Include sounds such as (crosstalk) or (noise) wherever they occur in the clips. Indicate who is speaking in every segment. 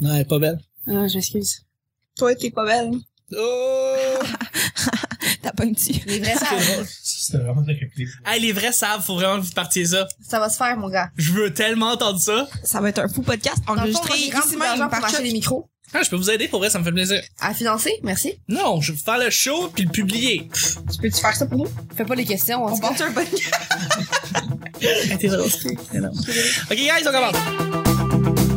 Speaker 1: Non, elle est pas belle.
Speaker 2: Ah, je m'excuse.
Speaker 3: Toi, t'es pas belle.
Speaker 1: Oh!
Speaker 4: T'as pas une petite.
Speaker 3: Les vrais
Speaker 1: C'est
Speaker 3: savent.
Speaker 1: drôle.
Speaker 5: C'était vraiment de réplique.
Speaker 1: Hey, les vrais savent, faut vraiment que vous partiez ça.
Speaker 3: Ça va se faire, mon gars.
Speaker 1: Je veux tellement entendre ça.
Speaker 4: Ça va être un fou podcast
Speaker 3: Dans le fond,
Speaker 4: enregistré
Speaker 3: moi, j'ai grand
Speaker 4: ici
Speaker 3: beaucoup
Speaker 4: même
Speaker 3: d'argent pour
Speaker 4: par
Speaker 3: m'acheter
Speaker 4: Chuck.
Speaker 3: des micros.
Speaker 1: Ah, je peux vous aider, pour vrai, ça me fait plaisir.
Speaker 3: À financer, merci.
Speaker 1: Non, je vais faire le show puis le publier.
Speaker 3: Tu peux-tu faire ça pour nous? Fais pas les questions, en
Speaker 4: On
Speaker 3: tout cas.
Speaker 4: pense un podcast.
Speaker 1: T'es drôle. Ok, guys, on commence.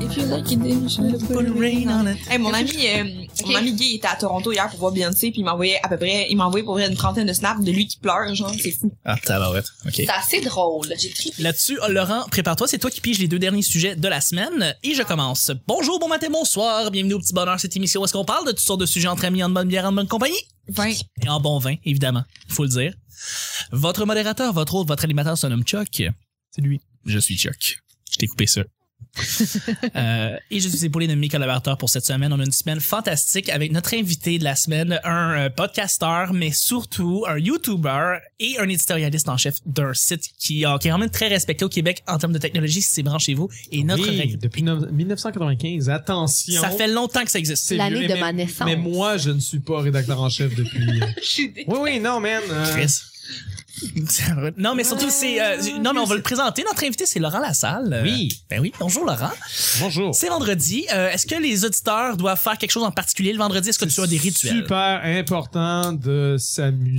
Speaker 4: If you like it, then you should put rain on it. Hey, mon ami, euh, mon ami Guy était à Toronto hier pour voir Beyoncé, puis il m'a envoyé à peu près, il m'a envoyé pour vrai une trentaine de snaps de lui qui pleure, genre, c'est fou.
Speaker 1: Ah, tabarouette. Ok.
Speaker 3: C'est assez drôle. J'ai trippé.
Speaker 1: Là-dessus, Laurent, prépare-toi, c'est toi qui pige les deux derniers sujets de la semaine et je commence. Bonjour, bon matin, bonsoir, bienvenue au petit bonheur cette émission où est-ce qu'on parle de toutes sortes de sujets entre amis, en bonne bière, en bonne compagnie
Speaker 4: 20.
Speaker 1: et en bon vin, évidemment, faut le dire. Votre modérateur, votre hôte, votre animateur se nomme Chuck. C'est lui. Je suis Chuck. Je t'ai (laughs) coupé ça. Euh, et je suis épaulé de mes collaborateurs pour cette semaine. On a une semaine fantastique avec notre invité de la semaine, un euh, podcasteur, mais surtout un YouTuber et un éditorialiste en chef d'un site qui, euh, qui est quand même très respecté au Québec en termes de technologie, si c'est branché chez vous. Et notre
Speaker 5: Oui,
Speaker 1: règle-
Speaker 5: depuis no- 1995, attention.
Speaker 1: Ça fait longtemps que ça existe.
Speaker 5: C'est
Speaker 2: L'année
Speaker 5: vieux,
Speaker 2: de
Speaker 5: mais-
Speaker 2: ma naissance.
Speaker 5: Mais moi, je ne suis pas rédacteur en chef
Speaker 1: (laughs)
Speaker 5: depuis. euh, oui, oui, non, man. euh,
Speaker 1: Chris. non, mais surtout, c'est. euh, non, mais on va le présenter. Notre invité, c'est Laurent Lassalle. Euh,
Speaker 5: Oui.
Speaker 1: Ben oui. Bonjour, Laurent.
Speaker 5: bonjour.
Speaker 1: C'est vendredi. Euh, Est-ce que les auditeurs doivent faire quelque chose en particulier le vendredi? Est-ce que tu as des rituels?
Speaker 5: Super important de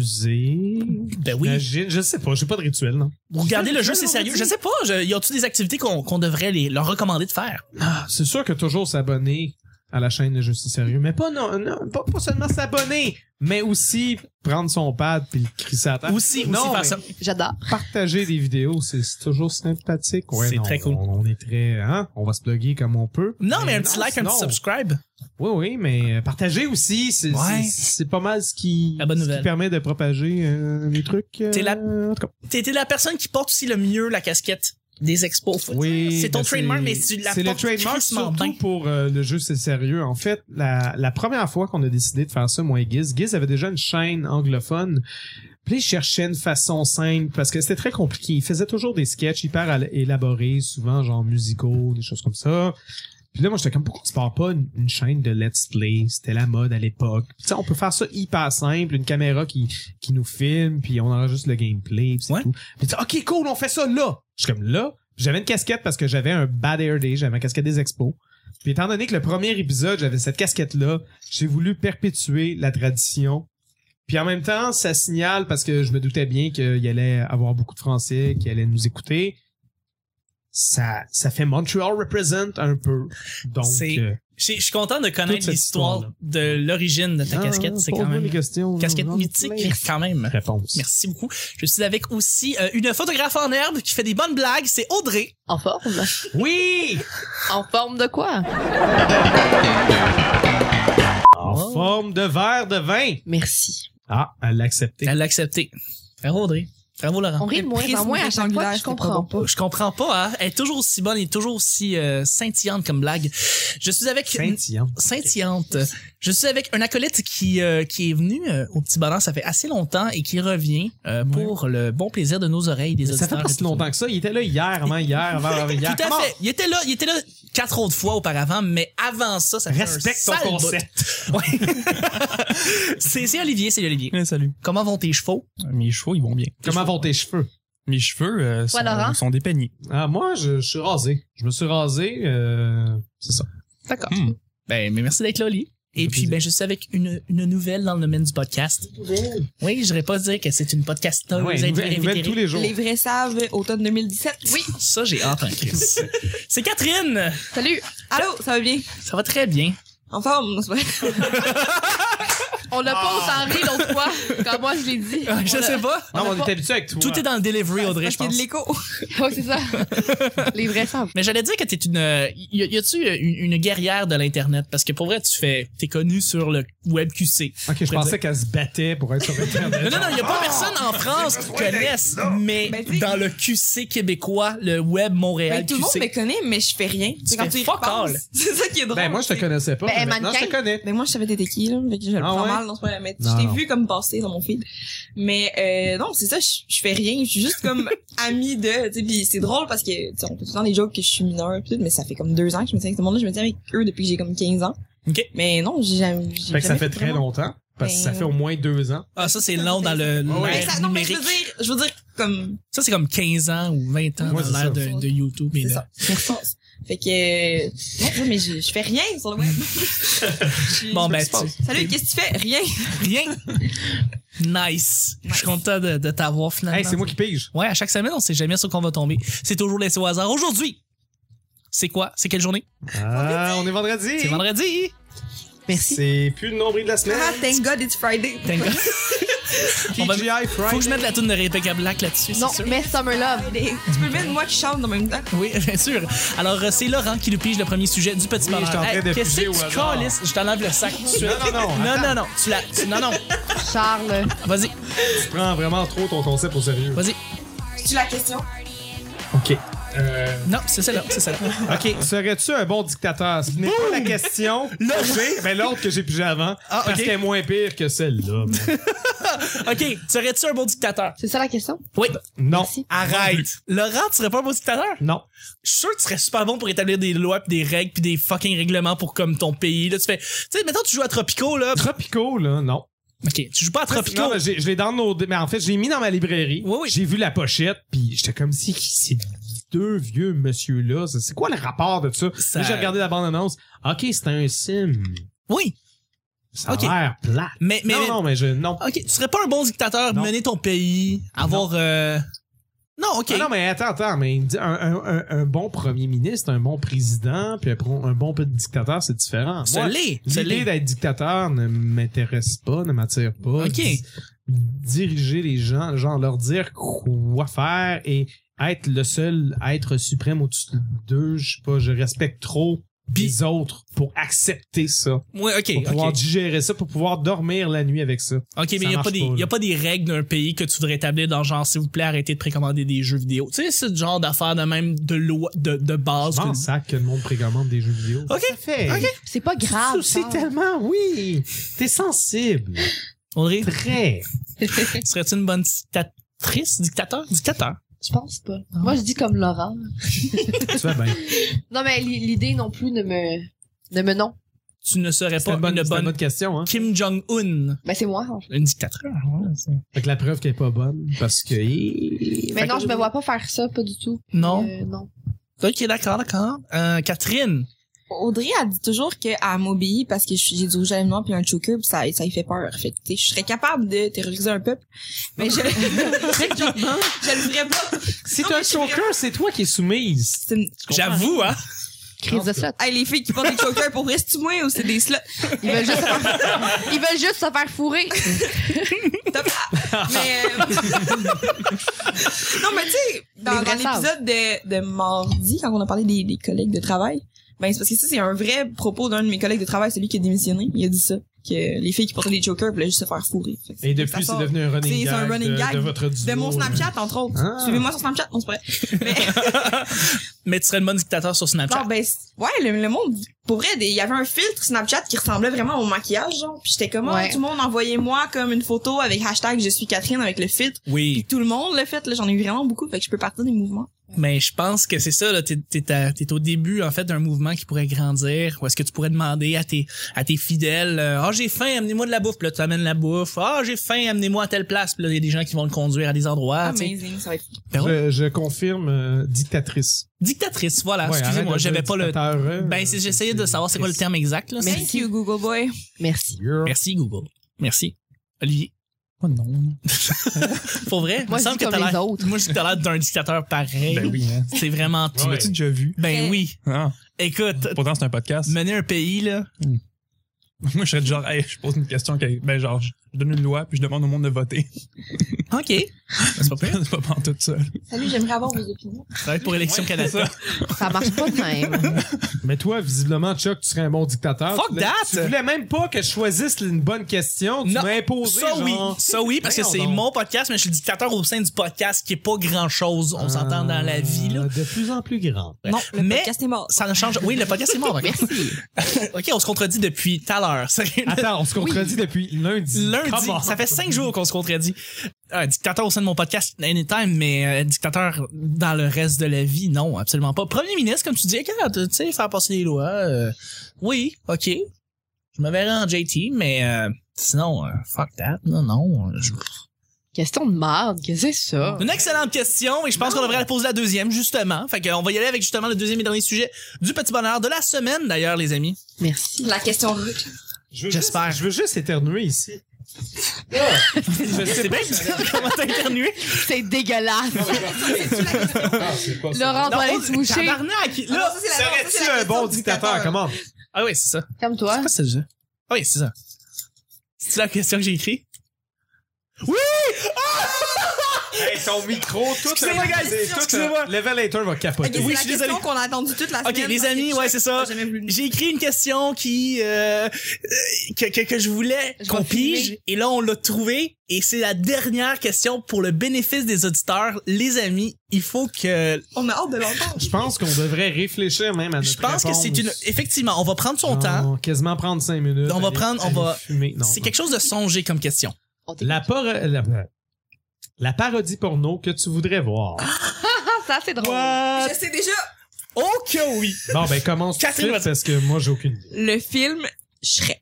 Speaker 5: s'amuser.
Speaker 1: Ben oui.
Speaker 5: Imagine, je sais pas, j'ai pas de rituel, non.
Speaker 1: Vous regardez le
Speaker 5: Je
Speaker 1: jeu,
Speaker 5: sais
Speaker 1: c'est
Speaker 5: pas,
Speaker 1: sérieux.
Speaker 5: vendredi.
Speaker 1: Je sais pas. Je, y a-tu des activités qu'on qu'on devrait les, leur recommander de faire?
Speaker 5: Ah, C'est sûr que toujours s'abonner à la chaîne de Je suis sérieux, mais pas non, non, pas, pas seulement s'abonner, mais aussi prendre son pad puis le crisser à terre.
Speaker 1: Aussi, aussi
Speaker 5: Ben, Non,
Speaker 1: faire
Speaker 5: mais-
Speaker 1: ça.
Speaker 2: J'adore.
Speaker 5: partager des vidéos, c'est c'est toujours sympathique. Ouais,
Speaker 1: C'est
Speaker 5: non,
Speaker 1: très cool.
Speaker 5: On, on est très, hein, on va se plugger comme on peut.
Speaker 1: Non, mais un
Speaker 5: ben non,
Speaker 1: petit like, un
Speaker 5: sinon-
Speaker 1: petit subscribe.
Speaker 5: Oui, oui, mais euh, partager aussi, c'est
Speaker 1: Ouais.
Speaker 5: c'est- c'est pas mal ce qui,
Speaker 1: La bonne
Speaker 5: ce qui
Speaker 1: nouvelle.
Speaker 5: permet de propager euh, les trucs. euh,
Speaker 1: T'es la-
Speaker 5: en tout cas.
Speaker 1: T'es t'es la personne qui porte aussi le mieux la casquette des expos. faut
Speaker 5: Oui,
Speaker 1: dire. C'est ton
Speaker 5: ben,
Speaker 1: trademark, mais tu la
Speaker 5: C'est le
Speaker 1: portes
Speaker 5: trademark
Speaker 1: crissement bien.
Speaker 5: surtout pour euh, le jeu C'est sérieux. En fait, la, la première fois qu'on a décidé de faire ça, moi et Giz, Giz avait déjà une chaîne anglophone. Puis il cherchait une façon simple parce que c'était très compliqué. Il faisait toujours des sketchs hyper al- élaborés, souvent genre musicaux, des choses comme ça. Puis là, moi, j'étais comme, pourquoi on se part pas une, une chaîne de let's play? C'était la mode à l'époque. Puis, Tu sais, on peut faire ça hyper simple, une caméra qui, qui nous filme, puis on enregistre le gameplay, puis c'est
Speaker 1: Ouais.
Speaker 5: tout. Puis tu dis, OK, cool, on fait ça là! Je suis comme, là? Puis J'avais une casquette parce que j'avais un Bad Air Day, j'avais ma casquette des expos. Puis étant donné que le premier épisode, j'avais cette casquette-là, j'ai voulu perpétuer la tradition. Puis en même temps, ça signale, parce que je me doutais bien qu'il allait avoir beaucoup de Français qui allaient nous écouter, ça, ça fait Montreal Represent un peu. Donc,
Speaker 1: C'est
Speaker 5: euh,
Speaker 1: Je je suis content de
Speaker 5: Toute
Speaker 1: connaître
Speaker 5: cette
Speaker 1: l'histoire de l'origine de ta
Speaker 5: ah,
Speaker 1: casquette. C'est quand
Speaker 5: pose-moi
Speaker 1: même
Speaker 5: les questions, là,
Speaker 1: casquette
Speaker 5: j'en ai
Speaker 1: mythique,
Speaker 5: plein.
Speaker 1: quand même.
Speaker 5: Réponse.
Speaker 1: Merci beaucoup. Je suis avec aussi euh, une photographe en herbe qui fait des bonnes blagues, c'est Audrey.
Speaker 2: En forme.
Speaker 5: Oui!
Speaker 2: En forme de quoi?
Speaker 5: En
Speaker 1: Oh.
Speaker 5: forme de verre de vin.
Speaker 2: Merci.
Speaker 5: Ah, elle l'a accepté.
Speaker 1: Elle l'a accepté. Bravo Audrée. Bravo
Speaker 2: On
Speaker 1: Laurent.
Speaker 2: rit de moins en
Speaker 4: prisme
Speaker 2: moins à chaque
Speaker 4: rectangulaire,
Speaker 2: fois. Je
Speaker 4: c'était pas
Speaker 2: comprends pas.
Speaker 1: Je comprends pas, hein? Elle est toujours aussi bonne et toujours aussi euh, scintillante comme blague. Je suis avec...
Speaker 5: Scintillante.
Speaker 1: Scintillante. Je suis avec un acolyte qui, euh, qui est venu euh, au Petit Bonheur, ça fait assez longtemps, et qui revient euh, pour le bon plaisir de nos oreilles, des
Speaker 5: Ça fait
Speaker 1: auditeurs
Speaker 5: pas
Speaker 1: et
Speaker 5: si
Speaker 1: tout
Speaker 5: longtemps que ça. Il était là hier, avant hier, avant, avant
Speaker 1: Tout
Speaker 5: hier.
Speaker 1: à
Speaker 5: Comment?
Speaker 1: fait. Il était là, il était là quatre autres fois auparavant, mais avant ça, ça fait
Speaker 5: Respecte
Speaker 1: un
Speaker 5: ton
Speaker 1: sale bout.
Speaker 5: concept.
Speaker 1: Ouais. c'est c'est Olivier, c'est Olivier.
Speaker 6: salut.
Speaker 1: Comment vont tes chevaux
Speaker 6: Mes chevaux, ils vont bien.
Speaker 5: Comment vont tes cheveux?
Speaker 6: Mes cheveux euh, sont,
Speaker 2: Laurent?
Speaker 6: sont dépeignés.
Speaker 5: Ah, moi, je, je suis rasé. Je me suis rasé. euh, c'est ça.
Speaker 1: D'accord.
Speaker 6: Hmm.
Speaker 1: Ben, mais merci d'être là, Oli. Et
Speaker 5: Ça fait
Speaker 1: puis,
Speaker 5: plaisir.
Speaker 1: ben, je suis avec une, une nouvelle dans le domaine du podcast. Oui, je pas dire que c'est une podcasteuse.
Speaker 5: Ah Ouais,
Speaker 1: elle
Speaker 5: nouvelle,
Speaker 1: devrait
Speaker 5: nouvelle
Speaker 1: invétérer.
Speaker 5: tous les jours.
Speaker 4: Les vrais savent, automne 2017. Oui.
Speaker 1: Ça, j'ai hâte en crise. c'est Catherine!
Speaker 2: Salut!
Speaker 4: Allô, ça va bien?
Speaker 1: Ça va très bien.
Speaker 4: En forme? c'est vrai.
Speaker 2: On l'a pas autant ri l'autre fois quand moi Ah, je l'ai dit.
Speaker 1: Euh, je
Speaker 2: On
Speaker 1: sais
Speaker 2: l'a-
Speaker 1: pas.
Speaker 5: Non,
Speaker 2: On a
Speaker 5: on
Speaker 2: pas-
Speaker 5: est habitué avec toi.
Speaker 1: Tout est dans le delivery, Audrey,
Speaker 4: Parce
Speaker 1: je
Speaker 4: qu'il y a
Speaker 1: pense.
Speaker 4: de l'écho.
Speaker 2: Ouais, Oh, c'est ça. Les vrais femmes.
Speaker 1: Mais j'allais dire que t'es une, euh, y a- y a-tu une, une guerrière de l'internet parce que pour vrai tu fais, t'es connu sur le web QC.
Speaker 5: Ok, je pensais qu'elle se battait pour
Speaker 1: (laughs)
Speaker 5: être sur
Speaker 1: Non
Speaker 5: Internet.
Speaker 1: non non, y a pas personne en France qui connaisse, mais
Speaker 4: Ben, t'sais-
Speaker 1: dans le QC québécois, le web Montréal
Speaker 4: Ben, tout le monde
Speaker 1: QC.
Speaker 4: me connaît, mais je fais rien. C'est quand
Speaker 1: fais
Speaker 4: tu y
Speaker 1: fuck
Speaker 4: repenses.
Speaker 1: all.
Speaker 4: (laughs) C'est ça qui est drôle.
Speaker 5: Ben, moi, je te
Speaker 4: c'est-
Speaker 5: connaissais pas.
Speaker 2: Ben,
Speaker 5: mais maintenant, je te
Speaker 2: mannequin.
Speaker 5: connais.
Speaker 4: Ben, moi, je savais t'étais qui, là. Fait que je le
Speaker 5: Ah
Speaker 4: prends
Speaker 5: ouais?
Speaker 4: mal. mal, non, c'est pas vrai, mais
Speaker 5: Non,
Speaker 4: je
Speaker 5: non.
Speaker 4: t'ai vu comme passer dans mon feed. Mais euh, non, c'est ça, je je fais rien, je suis juste (laughs) comme amie de, tu sais, pis c'est drôle parce que, tu sais, on fait tout le temps des jokes que je suis mineure, pis tout, mais ça fait comme deux ans que je me tiens avec tout le monde, je me tiens avec eux depuis que j'ai comme 15 ans.
Speaker 1: OK.
Speaker 4: Mais non, j'ai jamais... j'ai
Speaker 5: Fait que Ben, ça
Speaker 4: jamais
Speaker 5: fait très
Speaker 4: vraiment-
Speaker 5: longtemps. Parce que ça
Speaker 4: Ben-
Speaker 5: fait au moins deux ans.
Speaker 1: Ah, ça, c'est long dans le
Speaker 5: Ouais, ouais.
Speaker 4: Mais
Speaker 1: l'ère
Speaker 4: ça, non, mais je
Speaker 1: numérique.
Speaker 4: veux dire, je veux dire, comme,
Speaker 1: Ça, c'est comme 15 ans ou 20 ans
Speaker 5: Ouais,
Speaker 1: dans
Speaker 5: c'est
Speaker 1: l'ère
Speaker 5: ça.
Speaker 1: de, de YouTube. et
Speaker 4: c'est
Speaker 1: de-
Speaker 4: ça, ça passe. Fait que, euh, non, ça, mais je, je fais rien sur
Speaker 5: (laughs)
Speaker 4: le web. Je-
Speaker 1: Bon,
Speaker 4: je-
Speaker 1: ben,
Speaker 4: je passe.
Speaker 1: tu-
Speaker 4: Salut, qu'est-ce que tu fais? Rien.
Speaker 1: Rien. nice. Je suis content de, de t'avoir finalement.
Speaker 5: Hey, c'est moi qui pige.
Speaker 1: Ouais, à chaque semaine, on sait jamais sur quoi on va tomber. C'est toujours laissé au hasard. Aujourd'hui, c'est quoi? C'est quelle journée?
Speaker 5: Ah, on est vendredi.
Speaker 1: C'est vendredi!
Speaker 2: Merci.
Speaker 5: C'est plus le nombril de la semaine.
Speaker 4: (laughs) Ah, thank God it's Friday.
Speaker 1: Thank God. on va-
Speaker 5: TGI Friday.
Speaker 1: Faut que je mette la tune de Rebecca Black là-dessus,
Speaker 2: Non,
Speaker 1: c'est sûr.
Speaker 2: mais Summer Love.
Speaker 4: Friday. Tu peux le mettre moi qui chante en même temps.
Speaker 1: Oui, (laughs) bien sûr. Alors, euh, c'est Laurent qui nous pige le premier sujet du petit
Speaker 5: Oui, je suis en train de
Speaker 1: Qu'est-ce
Speaker 5: piger
Speaker 1: que
Speaker 5: au
Speaker 1: tu
Speaker 5: hasard.
Speaker 1: calisses? Je t'enlève le sac tout de suite.
Speaker 5: Non, non, non,
Speaker 1: Non, non,
Speaker 5: attends.
Speaker 1: non. Tu la... tu- Non, non.
Speaker 2: Charles.
Speaker 1: Vas-y,
Speaker 5: Tu prends vraiment trop ton concept au sérieux.
Speaker 1: vas-y.
Speaker 4: C'est-tu la question?
Speaker 5: OK. Euh,
Speaker 1: Non, c'est celle-là, c'est celle-là.
Speaker 5: (laughs) OK. Serais-tu un bon dictateur? Ce n'est pas
Speaker 1: (laughs)
Speaker 5: la question. L'autre. Mais l'autre que j'ai pigé avant.
Speaker 1: Ah,
Speaker 5: Parce
Speaker 1: ok.
Speaker 5: qu'elle est moins pire que
Speaker 1: (laughs)
Speaker 5: celle-là. man.
Speaker 1: OK, serais-tu un bon dictateur?
Speaker 2: C'est ça la question?
Speaker 1: Oui.
Speaker 5: Non.
Speaker 2: Merci.
Speaker 1: Arrête. Laurent, tu serais pas un bon dictateur?
Speaker 5: Non.
Speaker 1: Je suis sûr que tu serais super bon pour établir des lois pis des règles pis des fucking règlements pour comme ton pays. Là, tu fais, tu sais, mettons, tu joues à Tropico, là.
Speaker 5: Tropico, là, non.
Speaker 1: OK, tu joues pas à Tropico.
Speaker 5: Non, mais j'ai- je l'ai downloadé. Mais en fait, je l'ai mis dans ma librairie.
Speaker 1: Oui, oui.
Speaker 5: J'ai vu la pochette, puis j'étais comme si ces deux vieux monsieur-là, c'est c'est quoi le rapport de ça?
Speaker 1: Ça-
Speaker 5: Puis J'ai regardé la bande-annonce. OK, c'est un sim.
Speaker 1: Oui,
Speaker 5: Ça a
Speaker 1: Ok.
Speaker 5: l'air plat.
Speaker 1: mais... mais
Speaker 5: non, non, mais je. Non.
Speaker 1: OK, tu serais pas un bon dictateur,
Speaker 5: Non.
Speaker 1: mener ton pays, avoir... euh, Non, OK.
Speaker 5: Ah non, mais attends, attends, mais il dit un, un- un- un bon premier ministre, un bon président, puis un, pro- un bon petit dictateur, c'est différent.
Speaker 1: Ce
Speaker 5: Moi,
Speaker 1: l'est, ce
Speaker 5: L'idée
Speaker 1: l'est.
Speaker 5: d'être dictateur ne m'intéresse pas, ne m'attire pas.
Speaker 1: Ok.
Speaker 5: Di- Diriger les gens, genre leur dire quoi faire et être le seul être suprême au-dessus d'eux, je sais pas, je respecte trop les autres pour accepter ça,
Speaker 1: Oui, OK,
Speaker 5: pour pouvoir
Speaker 1: OK.
Speaker 5: digérer ça, pour pouvoir dormir la nuit avec ça.
Speaker 1: OK, mais
Speaker 5: ça
Speaker 1: il n'y a,
Speaker 5: marche
Speaker 1: pas des-
Speaker 5: pas, là.
Speaker 1: y a pas des règles d'un pays que tu voudrais établir dans genre, s'il vous plaît, arrêtez de précommander des jeux vidéo. Tu sais, c'est le genre d'affaires de même de loi, de, de base.
Speaker 5: Je
Speaker 1: que-
Speaker 5: m'en sac que le monde précommande des jeux vidéo.
Speaker 1: Ok,
Speaker 5: Ça fait.
Speaker 1: ok.
Speaker 2: C'est pas grave.
Speaker 5: Grave, c'est
Speaker 2: Charles.
Speaker 5: tellement, oui. T'es sensible.
Speaker 1: Audrey,
Speaker 5: Très.
Speaker 1: serais-tu une bonne dictatrice? Dictateur? Dictateur.
Speaker 2: (laughs) Je pense pas. Moi, je dis comme Laurent.
Speaker 5: tu ben, vas bien.
Speaker 2: Non, mais li- l'idée non plus ne me. ne me non.
Speaker 1: Tu ne serais
Speaker 5: C'est
Speaker 1: pas
Speaker 5: une bonne,
Speaker 1: une
Speaker 5: c'est une
Speaker 1: bonne
Speaker 5: bonne question, hein.
Speaker 1: Kim Jong-un.
Speaker 2: Ben, c'est moi. en fait.
Speaker 1: Une dictatrice.
Speaker 5: Fait que la preuve qu'elle est pas bonne, parce que.
Speaker 2: Mais non, je me vois pas faire ça, pas du tout.
Speaker 1: Non.
Speaker 2: Euh, non.
Speaker 1: Ok, d'accord, d'accord. Euh, Catherine.
Speaker 4: Audrey, elle dit toujours qu'elle m'obéit parce que je suis- j'ai du rouge à lèvres puis un choker puis ça, ça y fait peur. Fait que, tu sais, je serais capable de terroriser un peuple, mais je, (laughs) je, je le ferais pas.
Speaker 5: C'est
Speaker 4: Non,
Speaker 5: un
Speaker 4: mais je suis
Speaker 5: choker, c'est toi qui es soumise.
Speaker 4: C'est une- je comprends
Speaker 1: J'avoue, hein.
Speaker 2: Crise de slot.
Speaker 4: rien. Hey, les filles qui portent des chokers, pour vrai, c'est-tu moi ou c'est des slots?
Speaker 2: Ils veulent juste se faire, (laughs) ils veulent juste se faire fourrer.
Speaker 4: Top. mais, euh, (laughs) non, mais tu sais, dans,
Speaker 2: Les
Speaker 4: dans
Speaker 2: vrais savent.
Speaker 4: l'épisode de, de mardi, quand on a parlé des, des collègues de travail, ben c'est parce que ça, c'est un vrai propos d'un de mes collègues de travail, celui qui a démissionné. Il a dit ça, que les filles qui portaient des chokers voulaient juste se faire fourrer. Fait que
Speaker 5: Et
Speaker 4: ça
Speaker 5: depuis, c'est
Speaker 4: sort
Speaker 5: devenu un running
Speaker 4: C'est
Speaker 5: gag.
Speaker 4: un running
Speaker 5: de,
Speaker 4: gag
Speaker 5: de votre duo.
Speaker 4: De mon Snapchat, entre autres.
Speaker 5: Ah.
Speaker 4: Suivez-moi sur Snapchat, on se pourrait. Mais,
Speaker 1: Mais tu serais une bonne dictateur sur Snapchat.
Speaker 4: non, ben, c'est- ouais, le, le monde, pour vrai, des- il y avait un filtre Snapchat qui ressemblait vraiment au maquillage, genre. Puis j'étais comme, ah,
Speaker 2: Ouais.
Speaker 4: tout le monde envoyez-moi comme une photo avec hashtag je suis Catherine avec le filtre.
Speaker 1: Oui.
Speaker 4: tout le monde le fait, là, j'en ai eu vraiment beaucoup, fait que je peux partir des mouvements.
Speaker 1: Mais je pense que c'est ça, là. T'es, t'es à- t'es au début, en fait, d'un mouvement qui pourrait grandir. Ou est-ce que tu pourrais demander à tes, à tes fidèles, euh, ah, j'ai faim, amenez-moi de la bouffe. Puis là, tu amènes la bouffe. Ah, j'ai faim, amenez-moi à telle place. Puis là, il y a des gens qui vont le conduire à des
Speaker 2: Ah,
Speaker 4: Ah,
Speaker 1: endroits. tu sais.
Speaker 4: Amazing, ça va être
Speaker 1: Ben ouais.
Speaker 5: Je, je confirme, euh, dictatrice.
Speaker 1: Dictatrice, voilà.
Speaker 5: Ouais,
Speaker 1: Ah, Excusez-moi,
Speaker 5: arrête de
Speaker 1: j'avais
Speaker 5: dire
Speaker 1: pas le.
Speaker 5: dictateur, euh,
Speaker 1: Ben, c'est- j'essayais de savoir c'est quoi le terme exact, là.
Speaker 4: Thank
Speaker 2: Merci.
Speaker 4: you, Google Boy.
Speaker 2: Merci.
Speaker 5: Yeah.
Speaker 1: Merci Google. Merci.
Speaker 2: (laughs)
Speaker 1: Olivier.
Speaker 6: Oh non.
Speaker 1: Pour vrai,
Speaker 2: Moi,
Speaker 1: il me
Speaker 2: je
Speaker 1: semble
Speaker 2: dis
Speaker 1: que
Speaker 2: comme
Speaker 1: t'as
Speaker 2: les
Speaker 1: l'air.
Speaker 2: autres.
Speaker 1: Moi, je dis que t'as l'air d'un dictateur pareil.
Speaker 6: Ben oui, hein.
Speaker 1: C'est vraiment tout.
Speaker 6: Tu l'as-tu déjà vu?
Speaker 1: Ben
Speaker 4: Ouais.
Speaker 1: oui.
Speaker 6: Ah,
Speaker 1: Écoute,
Speaker 6: pourtant, c'est un podcast. (laughs)
Speaker 1: mener un pays, là. (laughs)
Speaker 6: Moi, je serais du genre, hey, je pose une question, que- ben genre, je je donne une loi, puis je demande au monde de voter.
Speaker 1: OK. Ah, C'est pas pire.
Speaker 6: (laughs) C'est pas pantoute ça.
Speaker 4: Salut, j'aimerais avoir vos opinions.
Speaker 1: Travaille pour Élection
Speaker 6: Ouais,
Speaker 1: Canada.
Speaker 2: Ça marche pas de même.
Speaker 5: Mais toi, visiblement, Chuck, tu serais un bon dictateur.
Speaker 1: Fuck
Speaker 5: tu voulais,
Speaker 1: that!
Speaker 5: Tu voulais même pas que je choisisse une bonne question. Tu
Speaker 1: Non.
Speaker 5: m'as imposé.
Speaker 1: Ça oui,
Speaker 5: genre-
Speaker 1: ça oui, parce que
Speaker 5: Voyons
Speaker 1: c'est
Speaker 5: donc.
Speaker 1: mon podcast, mais je suis le dictateur au sein du podcast qui est pas grand chose. On s'entend dans la vie, là.
Speaker 5: Ah, De plus en plus grand.
Speaker 4: Euh, Non, le
Speaker 1: Mais-
Speaker 4: podcast est mort.
Speaker 1: Ça ne change. Oui, le podcast est mort.
Speaker 4: (laughs)
Speaker 1: ok.
Speaker 2: Merci.
Speaker 1: OK, on se contredit depuis tout à l'heure. Sérieux, là.
Speaker 5: Attends, on se contredit depuis lundi.
Speaker 1: Lundi,
Speaker 5: Comment?
Speaker 1: ça fait cinq jours qu'on se contredit. Un dictateur au sein de mon podcast, anytime, mais euh, dictateur dans le reste de la vie, non, absolument pas. Premier ministre, comme tu dis, regarde, tu sais, faire passer des lois, euh, oui, OK. Je me verrai en JT, mais euh, sinon, euh, fuck that, non, non. je-
Speaker 2: Question de merde, qu'est-ce que c'est ça?
Speaker 1: Une excellente question, et je pense qu'on devrait la poser la deuxième, justement. Fait qu'on va y aller avec justement le deuxième et dernier sujet du petit bonheur de la semaine, d'ailleurs, les amis.
Speaker 4: (laughs)
Speaker 2: Merci.
Speaker 4: La question rude.
Speaker 5: Je veux
Speaker 1: J'espère.
Speaker 5: juste- Je veux juste éternuer ici. Ah!
Speaker 2: Ben,
Speaker 1: C'est bien (laughs)
Speaker 2: (laughs)
Speaker 1: comment t'as éternué.
Speaker 2: C'est dégueulasse.
Speaker 5: Ah, c'est pas ça.
Speaker 2: Laurent,
Speaker 1: Non,
Speaker 2: va aller te moucher.
Speaker 1: tabarnak,
Speaker 4: Ah
Speaker 1: là.
Speaker 4: non, ça, c'est la- ça, c'est
Speaker 5: Serais-tu
Speaker 4: la
Speaker 5: un
Speaker 4: question
Speaker 5: bon
Speaker 4: du
Speaker 5: dictateur? Comment?
Speaker 1: Ah oui, c'est ça.
Speaker 2: Comme toi.
Speaker 1: C'est quoi ce jeu? Ah Oui, c'est ça. C'est la question que j'ai écrite.
Speaker 5: Hey, ton micro, tout
Speaker 1: Excusez-moi, guys. Excusez-moi.
Speaker 5: Excusez-moi. Level Hater va
Speaker 4: Ok,
Speaker 5: capoter.
Speaker 4: c'est
Speaker 1: Oui, je
Speaker 4: la
Speaker 1: suis désolé.
Speaker 4: question qu'on a attendue toute la semaine.
Speaker 1: Ok, les
Speaker 4: parce que
Speaker 1: amis,
Speaker 4: Chuck
Speaker 1: ouais, c'est ça.
Speaker 4: a jamais voulu nous-
Speaker 1: J'ai écrit une question qui euh, euh, que, que, que je voulais
Speaker 2: Je
Speaker 1: qu'on
Speaker 2: vais filmer.
Speaker 1: pige et là on l'a trouvée et c'est la dernière question pour le bénéfice des auditeurs. Les amis, il faut que
Speaker 4: On a hâte de l'entendre.
Speaker 5: Je pense qu'on devrait réfléchir même
Speaker 2: Ah,
Speaker 5: à notre
Speaker 1: je pense que c'est une
Speaker 5: réponse.
Speaker 1: effectivement, on va prendre son
Speaker 5: On
Speaker 1: temps.
Speaker 5: quasiment prendre 5 minutes.
Speaker 1: On va prendre- on va-
Speaker 5: fumer. Non,
Speaker 1: C'est
Speaker 5: non.
Speaker 1: quelque chose de songé comme question.
Speaker 2: On t'écoute.
Speaker 5: La, paro- la... la parodie porno que tu voudrais voir.
Speaker 2: Ah, ça, c'est
Speaker 4: Oh.
Speaker 2: drôle.
Speaker 1: Euh,
Speaker 4: Je sais déjà.
Speaker 1: Oh que oui.
Speaker 5: Bon, ben commence tout de
Speaker 1: Catherine
Speaker 5: suite
Speaker 1: va-
Speaker 5: parce que moi, j'ai aucune idée.
Speaker 4: Le film Shrek.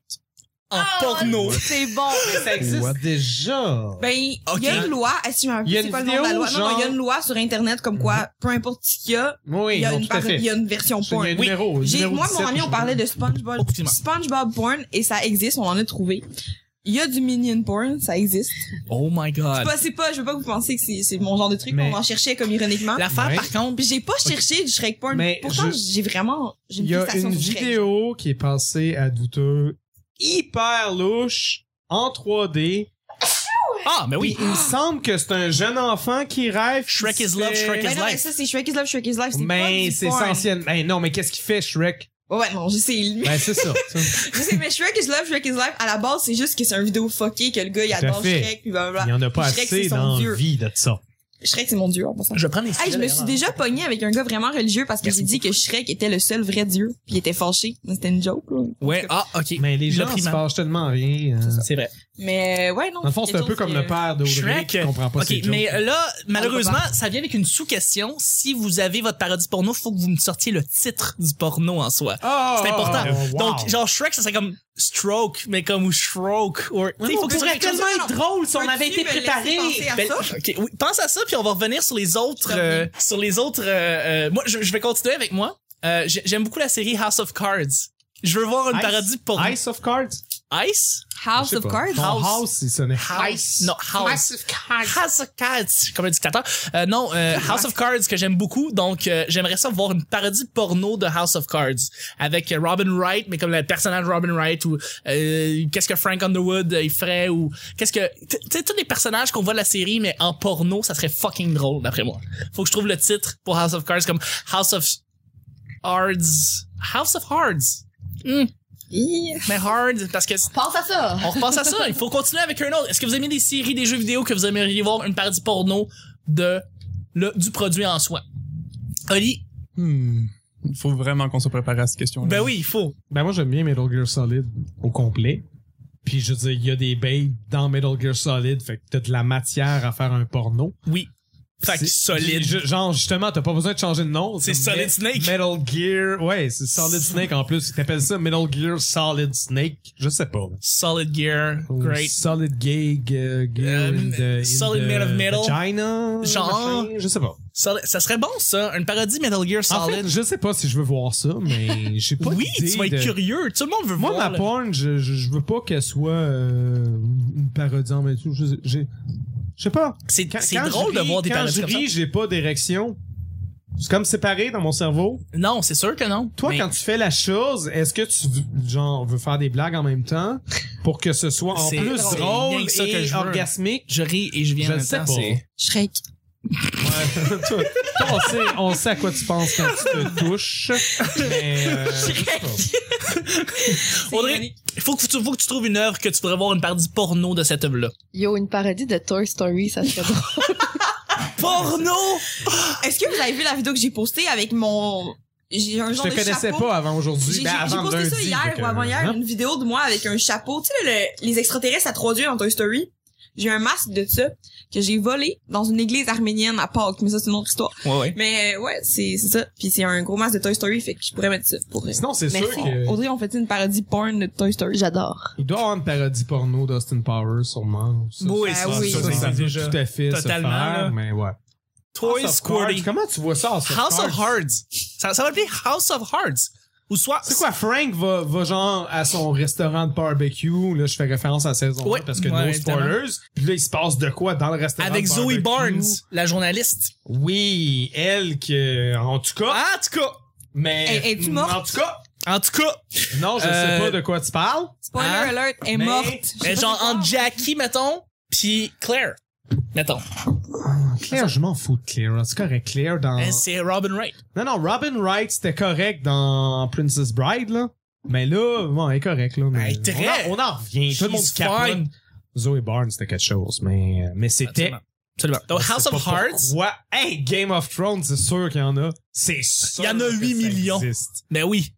Speaker 1: En
Speaker 4: Ah,
Speaker 1: porno.
Speaker 2: Oh, C'est bon.
Speaker 5: Ça
Speaker 6: existe
Speaker 5: déjà.
Speaker 4: Ben, il
Speaker 1: Ok.
Speaker 4: y a une loi, est-ce que je me rappelle
Speaker 5: Il y a
Speaker 4: c'est
Speaker 5: une
Speaker 4: quoi le nom de la
Speaker 5: vidéo,
Speaker 4: loi? Non, non, il y a
Speaker 5: genre- Mhm.
Speaker 4: une loi sur Internet comme quoi, peu importe ce qu'il y a,
Speaker 5: oui,
Speaker 4: il y a,
Speaker 5: non,
Speaker 4: une
Speaker 5: tout à
Speaker 4: parodie-
Speaker 5: fait.
Speaker 4: il y a une version
Speaker 5: C'est- il y a
Speaker 4: porn.
Speaker 5: un
Speaker 1: Oui.
Speaker 5: numéro, le
Speaker 4: J'ai-
Speaker 5: numéro
Speaker 4: moi, mon
Speaker 5: 17,
Speaker 4: ami, on
Speaker 5: je
Speaker 4: parlait
Speaker 5: crois.
Speaker 4: de SpongeBob,
Speaker 1: Oh, excuse-moi.
Speaker 4: SpongeBob porn et ça existe, on en a trouvé. Il y a du minion porn, ça existe.
Speaker 1: Oh my
Speaker 4: C'est
Speaker 1: god.
Speaker 4: pas, c'est pas, je veux pas que vous pensiez que c'est, c'est mon genre de truc,
Speaker 5: Ah. Mais-
Speaker 4: on en cherchait comme ironiquement.
Speaker 1: L'affaire
Speaker 5: Ouais.
Speaker 1: par contre,
Speaker 4: Puis j'ai pas cherché du Shrek porn.
Speaker 5: Mais
Speaker 4: Pourtant,
Speaker 5: je-
Speaker 4: j'ai vraiment, j'ai une
Speaker 5: Il y a
Speaker 4: fixation
Speaker 5: une
Speaker 4: sur Shrek.
Speaker 5: vidéo qui est passée à douteux, hyper louche, en 3D.
Speaker 1: ah mais oui.
Speaker 5: Puis il me semble que c'est un jeune enfant qui rêve. qui
Speaker 1: Shrek
Speaker 5: se
Speaker 1: is love,
Speaker 5: fait-
Speaker 1: Shrek
Speaker 4: Mais
Speaker 1: is
Speaker 4: Ben non, mais
Speaker 1: life.
Speaker 4: ça, c'est Shrek is Love, Shrek is Life, c'est pas
Speaker 5: Mais
Speaker 4: du
Speaker 5: c'est
Speaker 4: porn.
Speaker 5: essentiel. Mais non, mais qu'est-ce qu'il fait, Shrek?
Speaker 4: Ouais, ouais, non, je sais, lui.
Speaker 5: Ben,
Speaker 4: (laughs)
Speaker 5: c'est ça. tu vois.
Speaker 4: je sais, mais Shrek is Love, Shrek is Life, à la base, c'est juste que c'est un vidéo fucké, que le gars, il
Speaker 5: Tout à
Speaker 4: adore
Speaker 5: fait.
Speaker 4: Shrek, puis blablabla.
Speaker 5: Il n'y en a pas
Speaker 4: Shrek, c'est
Speaker 5: assez
Speaker 4: son
Speaker 5: dans
Speaker 4: dieu.
Speaker 5: la vie de ça.
Speaker 4: Shrek, c'est mon dieu, en passant.
Speaker 1: Je vais prendre les
Speaker 4: Hey, je me suis déjà pogné avec un gars vraiment religieux parce que
Speaker 1: Merci
Speaker 4: j'ai dit que Shrek était le seul vrai dieu, puis il était fâché. Mais C'était une joke, là.
Speaker 1: Ouais, ah OK.
Speaker 5: Mais les
Speaker 1: Je
Speaker 5: gens
Speaker 1: l'ai pris
Speaker 5: se
Speaker 1: mal.
Speaker 5: fâchent tellement rien. euh.
Speaker 1: C'est vrai.
Speaker 4: Mais, ouais, non.
Speaker 5: Dans le fond, c'est un
Speaker 4: quelque
Speaker 5: peu
Speaker 4: chose
Speaker 5: comme
Speaker 4: que-
Speaker 5: le père d'Audrey
Speaker 1: Shrek.
Speaker 5: qui comprend pas
Speaker 1: OK,
Speaker 5: ses jokes.
Speaker 1: mais
Speaker 4: euh,
Speaker 1: euh, là,
Speaker 4: Ah,
Speaker 1: malheureusement, ça vient avec une sous-question. Si vous avez votre parodie porno, faut que vous me sortiez le titre du porno en soi.
Speaker 5: Ah,
Speaker 4: Oh.
Speaker 1: C'est
Speaker 5: ah,
Speaker 1: important.
Speaker 5: ah, wow.
Speaker 1: Donc, genre Shrek, ça serait comme Stroke, mais comme ou Stroke. Or, tu sais,
Speaker 4: mais
Speaker 1: il
Speaker 4: on
Speaker 1: faut que ce soit
Speaker 4: pourrait
Speaker 1: quelque chose-
Speaker 4: tellement être
Speaker 1: drôle
Speaker 4: si on avait Peux-tu été me préparé. laisser penser à ça?
Speaker 1: Ben, OK, oui, pense à ça, puis on va revenir sur les autres. euh, sur les autres. euh, euh, moi, je, je vais continuer avec moi. Euh, j'ai- J'aime beaucoup la série House of Cards. Je veux voir une
Speaker 5: Ice-
Speaker 1: parodie porno. Ice?
Speaker 5: Ice of Cards.
Speaker 4: House
Speaker 5: Je sais
Speaker 4: of
Speaker 5: pas.
Speaker 4: Cards.
Speaker 5: Non,
Speaker 1: House.
Speaker 5: House, il sonnait.
Speaker 1: House. Non, House. House of Cards. House of Cards. Comme un dictateur. Euh, non, (laughs) euh, House of Cards que j'aime beaucoup. Donc, euh, j'aimerais ça voir une parodie porno de House of Cards avec euh, Robin Wright, mais comme le personnage Robin Wright ou euh, qu'est-ce que Frank Underwood euh, il ferait ou qu'est-ce que tu sais tous les personnages qu'on voit de la série mais en porno, ça serait fucking drôle d'après moi. Faut que je trouve le titre pour House of Cards comme House of Hards. House of Hards.
Speaker 4: Hi.
Speaker 1: Mais hard parce que
Speaker 2: Pense à ça.
Speaker 1: on repasse à ça. Il faut continuer avec un autre. Est-ce que vous aimez des séries, des jeux vidéo que vous aimeriez voir une parodie porno de le, du produit en soi? Oli,
Speaker 6: Hmm. Faut vraiment qu'on se prépare à cette question-là.
Speaker 1: ben oui, il faut.
Speaker 5: Ben moi j'aime bien Metal Gear Solid au complet. Puis je veux dire, il y a des babes dans Metal Gear Solid, fait que t'as de la matière à faire un porno.
Speaker 1: Oui. Fait que
Speaker 5: C'est-
Speaker 1: solide.
Speaker 5: Puis je- genre justement, t'as pas besoin de changer de nom.
Speaker 1: C'est
Speaker 5: Comme
Speaker 1: Solid
Speaker 5: Me-
Speaker 1: Snake.
Speaker 5: Metal Gear, ouais, c'est Solid Snake en plus. T'appelles ça Metal Gear Solid Snake, je sais pas.
Speaker 1: Solid gear.
Speaker 5: Ou
Speaker 1: Great.
Speaker 5: Solid gay, g- gear
Speaker 1: Um,
Speaker 5: in the- in
Speaker 1: solid
Speaker 5: the
Speaker 1: made of metal.
Speaker 5: vagina,
Speaker 1: Genre.
Speaker 5: machin, je sais pas.
Speaker 1: Solid- ça serait bon, ça. Une parodie Metal Gear
Speaker 5: En
Speaker 1: Solid.
Speaker 5: fait, je sais pas si je veux voir ça,
Speaker 1: (laughs)
Speaker 5: mais j'ai pas
Speaker 1: oui,
Speaker 5: d'idée
Speaker 1: tu vas être
Speaker 5: de-
Speaker 1: curieux. Tout le monde veut
Speaker 5: Moi,
Speaker 1: voir.
Speaker 5: ma
Speaker 1: là.
Speaker 5: porn, je, je, je veux pas qu'elle soit euh, une parodie en même temps. Je, j'ai- je sais pas.
Speaker 1: C'est
Speaker 5: Quand-
Speaker 1: c'est
Speaker 5: quand
Speaker 1: drôle
Speaker 5: je
Speaker 1: de
Speaker 5: ris-
Speaker 1: voir des
Speaker 5: Quand
Speaker 1: parodies
Speaker 5: je
Speaker 1: comme ça.
Speaker 5: ris, j'ai pas d'érection. C'est comme séparé dans mon cerveau.
Speaker 1: Non, c'est sûr que non.
Speaker 5: Toi,
Speaker 1: Mais
Speaker 5: quand tu fais la chose, est-ce que tu veux- genre veux faire des blagues en même temps pour que ce soit en
Speaker 1: C'est-
Speaker 5: plus
Speaker 1: c'est rien
Speaker 5: drôle
Speaker 1: que ça
Speaker 5: et
Speaker 1: que je veux.
Speaker 5: orgasmique?
Speaker 1: Je ris et je viens
Speaker 5: Je
Speaker 1: en même
Speaker 5: sais
Speaker 1: temps.
Speaker 5: pas.
Speaker 1: c'est-
Speaker 4: Shrek.
Speaker 5: Ouais. (laughs) toi, toi, on, sait, on sait à quoi tu penses quand tu
Speaker 1: (laughs)
Speaker 5: te touches. Mais, euh,
Speaker 1: Audrey, il faut que, tu, faut que tu trouves une œuvre que tu voudrais voir une partie porno de cette œuvre-là.
Speaker 2: Yo, une parodie de Toy Story, ça serait drôle.
Speaker 1: Porno!
Speaker 4: Est-ce que vous avez vu la vidéo que j'ai postée avec mon. J'ai un
Speaker 5: je
Speaker 4: genre
Speaker 5: te
Speaker 4: de
Speaker 5: connaissais
Speaker 4: chapeau.
Speaker 5: pas avant
Speaker 4: J'ai
Speaker 5: aujourd'hui.
Speaker 4: j'ai-
Speaker 5: Ben,
Speaker 4: j'ai
Speaker 5: avant
Speaker 4: posté ça
Speaker 5: lundi,
Speaker 4: hier
Speaker 5: fait
Speaker 4: ou
Speaker 5: que-
Speaker 4: avant-hier,
Speaker 5: Hein?
Speaker 4: une vidéo de moi avec un chapeau. Tu sais, le- les extraterrestres à trois yeux dans Toy Story. J'ai un masque de ça que j'ai volé dans une église arménienne à Pâques, mais ça, c'est une autre histoire.
Speaker 1: Ouais, ouais.
Speaker 4: Mais euh, ouais, c'est c'est ça. Puis c'est un gros masque de Toy Story, fait que je pourrais mettre ça pour euh,
Speaker 5: Sinon, c'est sûr
Speaker 4: Merci.
Speaker 5: qu'il
Speaker 4: Audrey, on fait une parodie porn de Toy Story?
Speaker 2: J'adore.
Speaker 5: doit y avoir une parodie porno d'Austin Powers, sûrement. Ça,
Speaker 1: Oui,
Speaker 5: ça,
Speaker 1: ça,
Speaker 5: ça,
Speaker 4: oui.
Speaker 5: ça,
Speaker 1: ça,
Speaker 5: ça
Speaker 1: c'est
Speaker 5: peut
Speaker 1: déjà
Speaker 5: tout à fait se
Speaker 1: totalement,
Speaker 5: faire,
Speaker 1: là.
Speaker 5: mais ouais.
Speaker 1: Toy
Speaker 5: House of Cards,
Speaker 1: Squirty.
Speaker 5: Comment tu vois ça, House of
Speaker 1: House of
Speaker 5: Cards?
Speaker 1: Hards. Ça, ça va appeler House of Hards. Ou soit.
Speaker 5: C'est quoi, Frank va, va genre à son restaurant de barbecue, là je fais référence à la saison
Speaker 1: Ouais,
Speaker 5: 1 parce que
Speaker 1: ouais,
Speaker 5: no
Speaker 1: évidemment.
Speaker 5: spoilers, puis là il se passe de quoi dans le restaurant
Speaker 1: Avec
Speaker 5: de
Speaker 1: Zoe
Speaker 5: barbecue?
Speaker 1: Barnes, la journaliste.
Speaker 5: Oui, elle que, en tout cas,
Speaker 4: Ah,
Speaker 1: En tout cas.
Speaker 5: mais...
Speaker 4: Elle- elle est-tu
Speaker 5: Mm,
Speaker 4: morte?
Speaker 5: En tout cas,
Speaker 1: En tout
Speaker 5: (laughs)
Speaker 1: cas.
Speaker 5: non, je
Speaker 1: Euh,
Speaker 5: sais pas de quoi tu parles.
Speaker 4: Spoiler
Speaker 1: Hein?
Speaker 4: alert, elle est
Speaker 5: Mais-
Speaker 4: morte. Je sais
Speaker 1: Mais
Speaker 4: pas
Speaker 1: genre
Speaker 4: c'est quoi.
Speaker 1: entre Jackie, mettons, puis Claire. Mettons.
Speaker 5: Claire, je m'en fous de Claire. C'est correct, Claire dans...
Speaker 1: Eh, C'est Robin Wright.
Speaker 5: Non, non, Robin Wright, c'était correct dans Princess Bride, là. Mais là, bon, elle est correct, là. Mais
Speaker 1: Ben, Elle est
Speaker 5: on,
Speaker 1: très-
Speaker 5: en, on en revient. Tout le monde
Speaker 1: She's
Speaker 5: capote.
Speaker 1: fine.
Speaker 5: Zoe Barnes, c'était quelque chose, mais, mais c'était
Speaker 1: Absolument. Absolument. Donc House of Hearts.
Speaker 5: Ouais. Hey, Game of Thrones, c'est sûr qu'il y en a. C'est sûr.
Speaker 1: Il y en a
Speaker 5: que
Speaker 1: 8
Speaker 5: ça
Speaker 1: millions.
Speaker 5: existe.
Speaker 1: Ben oui.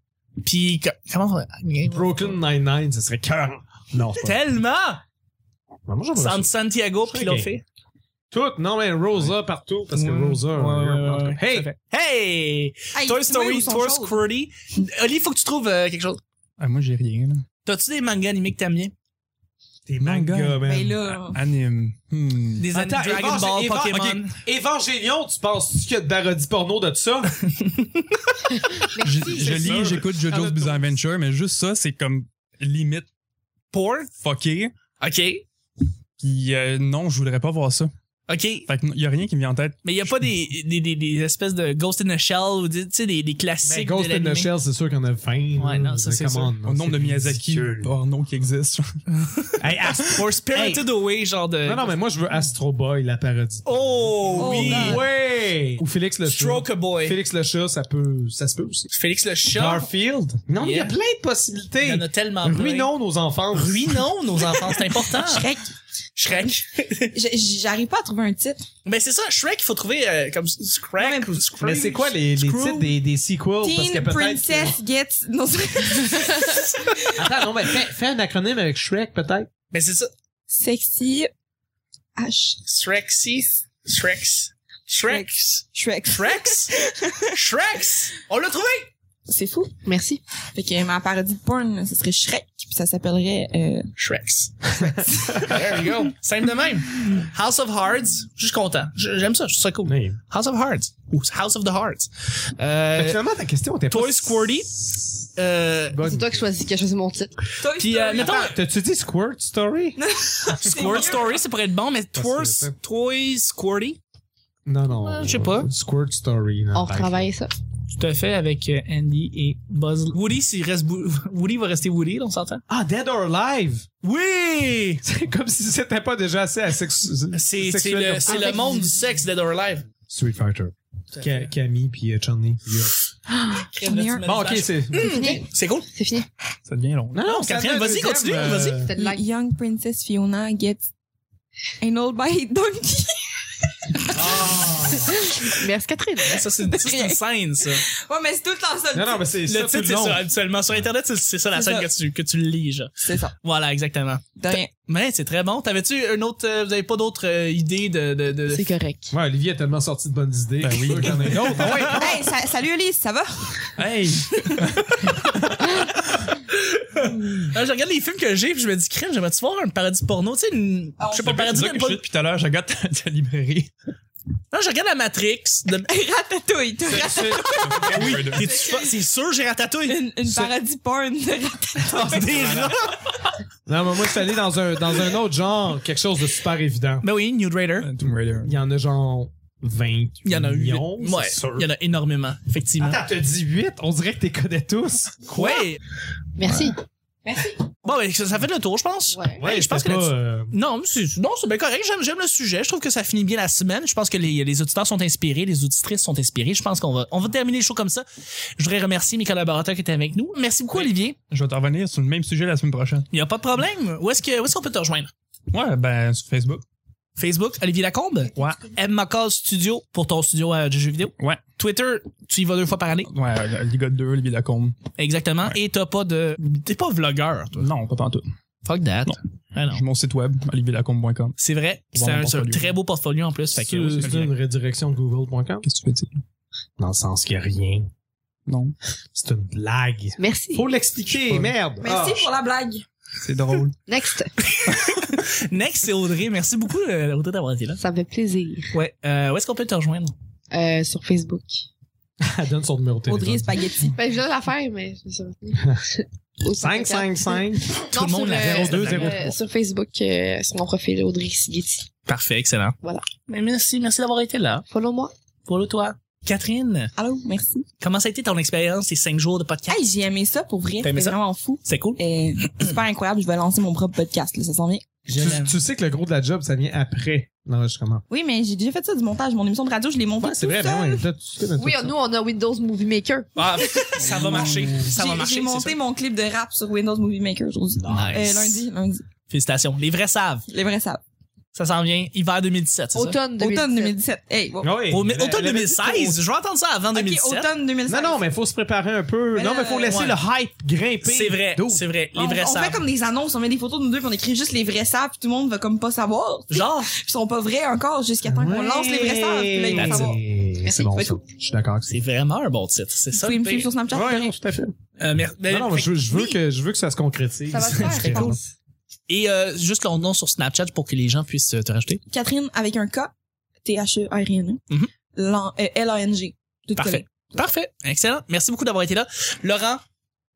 Speaker 1: Puis co- comment on
Speaker 5: Brooklyn Nine-Nine, ce serait cœur. Non, c'est pas.
Speaker 1: Tellement!
Speaker 5: Mais Moi,
Speaker 1: C'est
Speaker 5: j'aimerais
Speaker 1: entre
Speaker 5: ça.
Speaker 1: Santiago
Speaker 5: Je
Speaker 1: puis
Speaker 5: serais
Speaker 1: l'autre
Speaker 5: gay.
Speaker 1: fille.
Speaker 5: Tout. Non, mais Rosa partout, parce que
Speaker 1: Ouais.
Speaker 5: Rosa.
Speaker 1: Ouais,
Speaker 5: euh,
Speaker 1: ouais, ouais, ouais.
Speaker 5: Hey!
Speaker 1: Hey!
Speaker 4: Hey,
Speaker 1: Toy
Speaker 4: dis-moi où
Speaker 1: Story,
Speaker 4: sont
Speaker 1: Toy
Speaker 4: choses.
Speaker 1: Squirty. Oli, faut que tu trouves euh, quelque chose.
Speaker 6: Ah, moi, j'ai rien, là.
Speaker 1: T'as-tu des mangas animés que t'aimes bien?
Speaker 5: T'es
Speaker 6: Manga.
Speaker 5: manga, man.
Speaker 4: Mais Ben
Speaker 1: Ben, Oh.
Speaker 4: là,
Speaker 6: Anime. Hmm.
Speaker 1: Des
Speaker 5: Attends,
Speaker 1: animés Dragon
Speaker 5: Évangé-
Speaker 1: Ball,
Speaker 5: Éva-
Speaker 1: Pokémon.
Speaker 5: ok. Évangélion, tu penses-tu qu'il y a de parodie porno de (laughs) ça?
Speaker 6: Je, je
Speaker 5: c'est
Speaker 6: lis
Speaker 5: sûr.
Speaker 6: et j'écoute
Speaker 5: Charlotte
Speaker 6: JoJo's Bizarre Adventure, mais juste ça, c'est comme limite
Speaker 1: Porn?
Speaker 6: fucké.
Speaker 1: OK.
Speaker 6: Puis euh, non, je voudrais pas voir ça.
Speaker 1: OK.
Speaker 6: Fait que non, y a rien qui me vient en tête.
Speaker 1: Mais il n'y a pas des, des, des, des espèces de Ghost in a Shell ou des- tu sais, des, des classiques.
Speaker 5: Ben, Ghost
Speaker 1: de
Speaker 5: in the
Speaker 1: l'animé.
Speaker 5: Shell, c'est sûr qu'il y en a Ben, 20.
Speaker 1: Ouais, non, ça, c'est
Speaker 5: Commande, Oh non,
Speaker 6: Au nombre de
Speaker 5: c'est
Speaker 6: Miyazaki
Speaker 5: ridicule.
Speaker 6: porno qui existe.
Speaker 5: Hey, Ast-
Speaker 1: Or Spirited Away, genre de.
Speaker 5: non, non, mais moi, je veux Astro Boy, la parodie.
Speaker 1: Oh,
Speaker 4: Oh,
Speaker 1: oui!
Speaker 4: non.
Speaker 5: Ouais! Ou Félix le
Speaker 1: Stroke
Speaker 5: chat.
Speaker 1: a Boy.
Speaker 5: Félix le chat, ça peut, ça se peut aussi.
Speaker 1: Félix le chat.
Speaker 5: Garfield. Non, mais il y
Speaker 1: Yeah.
Speaker 5: a plein de
Speaker 1: Il y
Speaker 5: possibilités.
Speaker 1: en a tellement plein.
Speaker 5: Ruinons nos enfants.
Speaker 1: Ruinons nos enfants, c'est important.
Speaker 5: (laughs)
Speaker 4: Shrek,
Speaker 1: Shrek.
Speaker 4: j'- j'arrive pas à trouver un titre.
Speaker 1: Mais c'est ça, Shrek, il faut trouver euh, comme Scrack ou Scrooge.
Speaker 5: Mais c'est quoi les, les
Speaker 1: Scrooge.
Speaker 5: titres des, des sequels? Oh, Parce que
Speaker 4: Teen
Speaker 5: peut-être
Speaker 4: Princess Gets... Non, c'est-
Speaker 5: (laughs) que- Attends, non, mais fais, fais un acronyme avec Shrek, peut-être.
Speaker 1: Mais c'est ça,
Speaker 4: Sexy... H.
Speaker 1: Shrexy. Shreks. Shreks.
Speaker 4: Shrek.
Speaker 1: Shreks. Shreks. On l'a trouvé!
Speaker 4: C'est fou.
Speaker 2: Merci.
Speaker 4: Fait que ma parodie de porn, ce serait Shrek, puis ça s'appellerait... euh,
Speaker 1: Shreks. (laughs) There you go. Simple de même. House of Hearts. Je suis content. Je- J'aime ça. Je trouve ça cool.
Speaker 5: Oui.
Speaker 1: House of Hearts. Ou House of the Hearts. Euh,
Speaker 5: finalement, ta question était pas
Speaker 1: Toy
Speaker 5: si
Speaker 1: Squirty. euh,
Speaker 5: bonne.
Speaker 2: C'est toi qui choisis, qui a choisi mon titre.
Speaker 4: Toy
Speaker 1: Puis, euh,
Speaker 4: Story.
Speaker 1: mettons,
Speaker 5: Attends, T'as-tu dit Squirt Story?
Speaker 1: Squirt Story, ça pourrait être bon, mais Toy,
Speaker 5: c'est-
Speaker 1: Toy Squirty.
Speaker 5: Non, non.
Speaker 1: Euh, je sais pas.
Speaker 5: Squirt Story.
Speaker 2: On retravaille ça.
Speaker 1: Tout à fait, avec euh, Andy et Buzz. Woody, s'il reste Bou- (laughs) Woody va rester Woody, là, on s'entend?
Speaker 5: Ah, Dead or Alive!
Speaker 1: Oui!
Speaker 5: (laughs) C'est comme si c'était pas déjà assez asexu-
Speaker 1: C'est c'est
Speaker 5: sexuel
Speaker 1: le,
Speaker 5: comme ça.
Speaker 1: c'est le monde du sexe, Dead or Alive.
Speaker 5: Street Fighter. Ca- Camille puis euh, Chun-Li. Bon, ok,
Speaker 2: C'est
Speaker 5: c'est.
Speaker 2: fini.
Speaker 1: C'est cool.
Speaker 2: C'est fini.
Speaker 6: Ça devient long.
Speaker 5: Non, non,
Speaker 1: Catherine,
Speaker 5: c'est la
Speaker 1: vas-y,
Speaker 5: deuxième,
Speaker 1: continue,
Speaker 5: euh,
Speaker 1: vas-y.
Speaker 2: C'était de
Speaker 4: (laughs)
Speaker 2: like.
Speaker 4: Young Princess Fiona gets anal by a donkey.
Speaker 2: Merci Catherine.
Speaker 1: Ça, c'est ça,
Speaker 4: (laughs)
Speaker 1: c'est une scène, ça.
Speaker 4: (laughs) Ouais, mais c'est tout le temps ça.
Speaker 5: Non, non, mais c'est
Speaker 1: Le
Speaker 5: ça tout
Speaker 1: titre,
Speaker 5: le
Speaker 1: c'est
Speaker 5: long.
Speaker 1: ça, habituellement. Sur Internet, c'est- c'est ça la
Speaker 4: C'est
Speaker 1: scène
Speaker 4: ça.
Speaker 1: que tu, que tu lis, genre.
Speaker 4: C'est ça.
Speaker 1: Voilà, exactement.
Speaker 4: De rien.
Speaker 1: Mais c'est très bon. T'avais-tu un autre, euh, vous avez pas d'autres euh, idées de, de, de-
Speaker 2: C'est correct.
Speaker 5: Ouais, Olivier a tellement sorti de bonnes idées.
Speaker 6: Ben oui.
Speaker 5: Il y en a d'autres. Ah ouais.
Speaker 4: (laughs) Hey, sa- salut Elise, ça va?
Speaker 6: Hey!
Speaker 1: (laughs) Ah, je regarde les films que j'ai puis je me dis, crème, j'aimerais-tu voir un paradis porno? Tu sais, une...
Speaker 4: Ah, on
Speaker 1: je sais
Speaker 6: Le
Speaker 1: pas,
Speaker 6: pire,
Speaker 1: paradis
Speaker 6: c'est ça que
Speaker 1: même
Speaker 6: je
Speaker 1: pas...
Speaker 6: fais depuis tout à l'heure, je regarde ta, ta librairie.
Speaker 1: Non, je regarde la Matrix. de-
Speaker 4: (laughs) Ratatouille, tu
Speaker 5: C'est-
Speaker 4: ratatouille.
Speaker 5: (laughs) c'est-
Speaker 1: oui, t'es-tu fa- c'est sûr, j'ai ratatouille. Ah,
Speaker 4: Une, une parodie porn de ratatouille.
Speaker 1: Des rats.
Speaker 5: Non, mais moi, je suis allé dans un, dans un autre genre, quelque chose de super évident.
Speaker 1: Ben oui, Nude Raider.
Speaker 6: Tomb Raider.
Speaker 5: Il y en a genre 20
Speaker 1: Il y en a eu.
Speaker 5: millions,
Speaker 1: Ouais,
Speaker 5: c'est sûr.
Speaker 1: il y en a énormément, effectivement.
Speaker 5: Attends, t'as dit 8, on dirait que t'es connais tous.
Speaker 1: Ouais.
Speaker 2: Merci.
Speaker 1: Bon, ben, ça, ça fait le tour, je pense.
Speaker 2: Ouais.
Speaker 1: Ouais, je pense
Speaker 5: c'était
Speaker 1: que
Speaker 5: pas,
Speaker 1: là-dessus-
Speaker 5: euh,
Speaker 1: Non, mais c'est non, c'est bien correct. J'aime, j'aime le sujet. Je trouve que ça finit bien la semaine. Je pense que les, les auditeurs sont inspirés, les auditrices sont inspirées. Je pense qu'on va, on va terminer le show comme ça. Je voudrais remercier mes collaborateurs qui étaient avec nous. Merci beaucoup,
Speaker 6: Oui.
Speaker 1: Olivier.
Speaker 6: Je vais te revenir sur le même sujet la semaine prochaine.
Speaker 1: Il n'y a pas de problème. Où est-ce, que, où est-ce qu'on peut te rejoindre?
Speaker 6: Ouais, ben, sur Facebook.
Speaker 1: Facebook, Olivier Lacombe.
Speaker 6: Ouais.
Speaker 1: M. McCall Studio pour ton studio euh, de jeux vidéo.
Speaker 6: Ouais.
Speaker 1: Twitter, tu y vas deux fois par année.
Speaker 6: Ouais, euh, Liga 2, Olivier Lacombe.
Speaker 1: Exactement. Et t'as pas de. T'es pas vlogueur, toi.
Speaker 6: Non, pas pantoute.
Speaker 1: Fuck that.
Speaker 6: Non.
Speaker 1: Ah non.
Speaker 6: J'ai mon site web, olivierlacombe.com.
Speaker 1: C'est vrai.
Speaker 6: Pour
Speaker 1: C'est
Speaker 6: voir
Speaker 1: un,
Speaker 6: mon
Speaker 1: c'est un
Speaker 6: portfolio.
Speaker 1: très beau portfolio en plus. Fait
Speaker 5: C'est
Speaker 1: que,
Speaker 5: c'est une redirection de google.com.
Speaker 6: Qu'est-ce que tu veux dire?
Speaker 5: Dans le sens qu'il n'y a rien.
Speaker 6: Non.
Speaker 5: C'est une blague.
Speaker 2: Merci.
Speaker 5: Faut
Speaker 6: Je sais
Speaker 5: l'expliquer,
Speaker 6: pas.
Speaker 5: merde.
Speaker 4: Merci
Speaker 5: Ah,
Speaker 4: pour la blague.
Speaker 6: C'est drôle.
Speaker 2: Next.
Speaker 1: Next, c'est Audrey. Merci beaucoup, euh, Audrey, d'avoir été là.
Speaker 2: Ça me fait plaisir.
Speaker 1: Ouais. Euh, où est-ce qu'on peut te rejoindre?
Speaker 2: Euh, sur Facebook.
Speaker 5: (laughs) Elle donne son numéro de téléphone.
Speaker 4: Audrey Spaghetti.
Speaker 2: Ben, je viens de la faire, mais je me (laughs) suis retenue.
Speaker 5: 555.
Speaker 1: Tout le monde la
Speaker 2: sur,
Speaker 1: verse de la
Speaker 5: blague.
Speaker 2: euh, sur Facebook, euh, sur mon profil, Audrey Sigeti.
Speaker 1: Parfait, excellent.
Speaker 2: Voilà.
Speaker 1: Mais merci, merci d'avoir été là.
Speaker 2: Follow-moi.
Speaker 1: Pour le toi. Catherine,
Speaker 4: Allô, merci.
Speaker 1: comment ça a été ton expérience ces cinq jours de podcast?
Speaker 4: Hey, j'ai aimé ça pour vrai.
Speaker 1: T'as aimé
Speaker 4: C'était
Speaker 1: ça?
Speaker 4: vraiment fou.
Speaker 1: C'est cool.
Speaker 4: Euh, super incroyable. Je vais lancer mon propre podcast. Là, ça sent bien.
Speaker 5: Tu, tu sais que le gros de la job, ça vient après l'enregistrement.
Speaker 4: Oui, mais j'ai déjà fait ça du montage. Mon émission de radio, je l'ai montée.
Speaker 5: Ouais, c'est
Speaker 4: tout
Speaker 5: vrai,
Speaker 4: seul.
Speaker 5: ben ouais, là, tu connais tout
Speaker 2: Oui,
Speaker 5: ça.
Speaker 2: nous, on a Windows Movie Maker.
Speaker 1: Ah, ça va marcher. Ça
Speaker 4: J'ai-
Speaker 1: va marcher.
Speaker 4: J'ai
Speaker 1: c'est
Speaker 4: monté
Speaker 1: sûr.
Speaker 4: mon clip de rap sur Windows Movie Maker aujourd'hui.
Speaker 1: Nice.
Speaker 4: Euh, lundi, lundi.
Speaker 1: Félicitations. Les vrais savent.
Speaker 4: Les vrais savent.
Speaker 1: Ça s'en vient hiver 2017, c'est ça?
Speaker 2: Automne 2017.
Speaker 4: Automne 2017. Hey, wow.
Speaker 5: Ah oui,
Speaker 1: Au-
Speaker 5: elle-
Speaker 1: automne
Speaker 5: elle avait dit qu'on-
Speaker 1: 2016. Je vais entendre ça avant
Speaker 4: Ok,
Speaker 1: 2017.
Speaker 4: automne 2017.
Speaker 5: Non, non, mais faut se préparer un peu.
Speaker 4: Mais
Speaker 5: Non,
Speaker 4: là,
Speaker 5: mais faut laisser
Speaker 1: ouais.
Speaker 5: le hype grimper.
Speaker 1: C'est vrai,
Speaker 5: Dude.
Speaker 1: c'est vrai. Les
Speaker 4: On,
Speaker 1: vrais
Speaker 4: on
Speaker 1: savent.
Speaker 4: fait comme des annonces, on met des photos de nous deux, puis on écrit juste les vrais savent, puis tout le monde va comme pas savoir.
Speaker 1: Genre,
Speaker 4: Ils sont pas vrais encore jusqu'à temps qu'on
Speaker 5: Ouais.
Speaker 4: lance les vrais savent, puis là, ils vont
Speaker 1: That's
Speaker 4: savoir. Vous
Speaker 5: C'est
Speaker 4: Merci,
Speaker 5: bon,
Speaker 4: c'est
Speaker 5: ça.
Speaker 4: cool.
Speaker 5: Je suis d'accord avec ça.
Speaker 1: c'est vraiment un bon titre. C'est ça.
Speaker 4: pouvez
Speaker 1: le
Speaker 4: me suivre
Speaker 1: pire.
Speaker 4: sur Snapchat.
Speaker 5: Ouais, non, tout à fait.
Speaker 1: Euh, mer- ben,
Speaker 5: Non, non, mais
Speaker 1: fait-
Speaker 5: je veux, je veux
Speaker 1: oui.
Speaker 5: que, je veux que ça se concrétise.
Speaker 2: Ça va se faire,
Speaker 5: C'est
Speaker 2: c'est
Speaker 5: cool.
Speaker 1: Et euh, juste ton nom sur Snapchat pour que les gens puissent euh, te rajouter.
Speaker 4: Catherine avec un K, E T-H-E-R-I-N,
Speaker 1: Mhm.
Speaker 4: Lan- euh, L-A-N-G. Tout collé.
Speaker 1: Parfait. Parfait. Excellent. Merci beaucoup d'avoir été là. Laurent,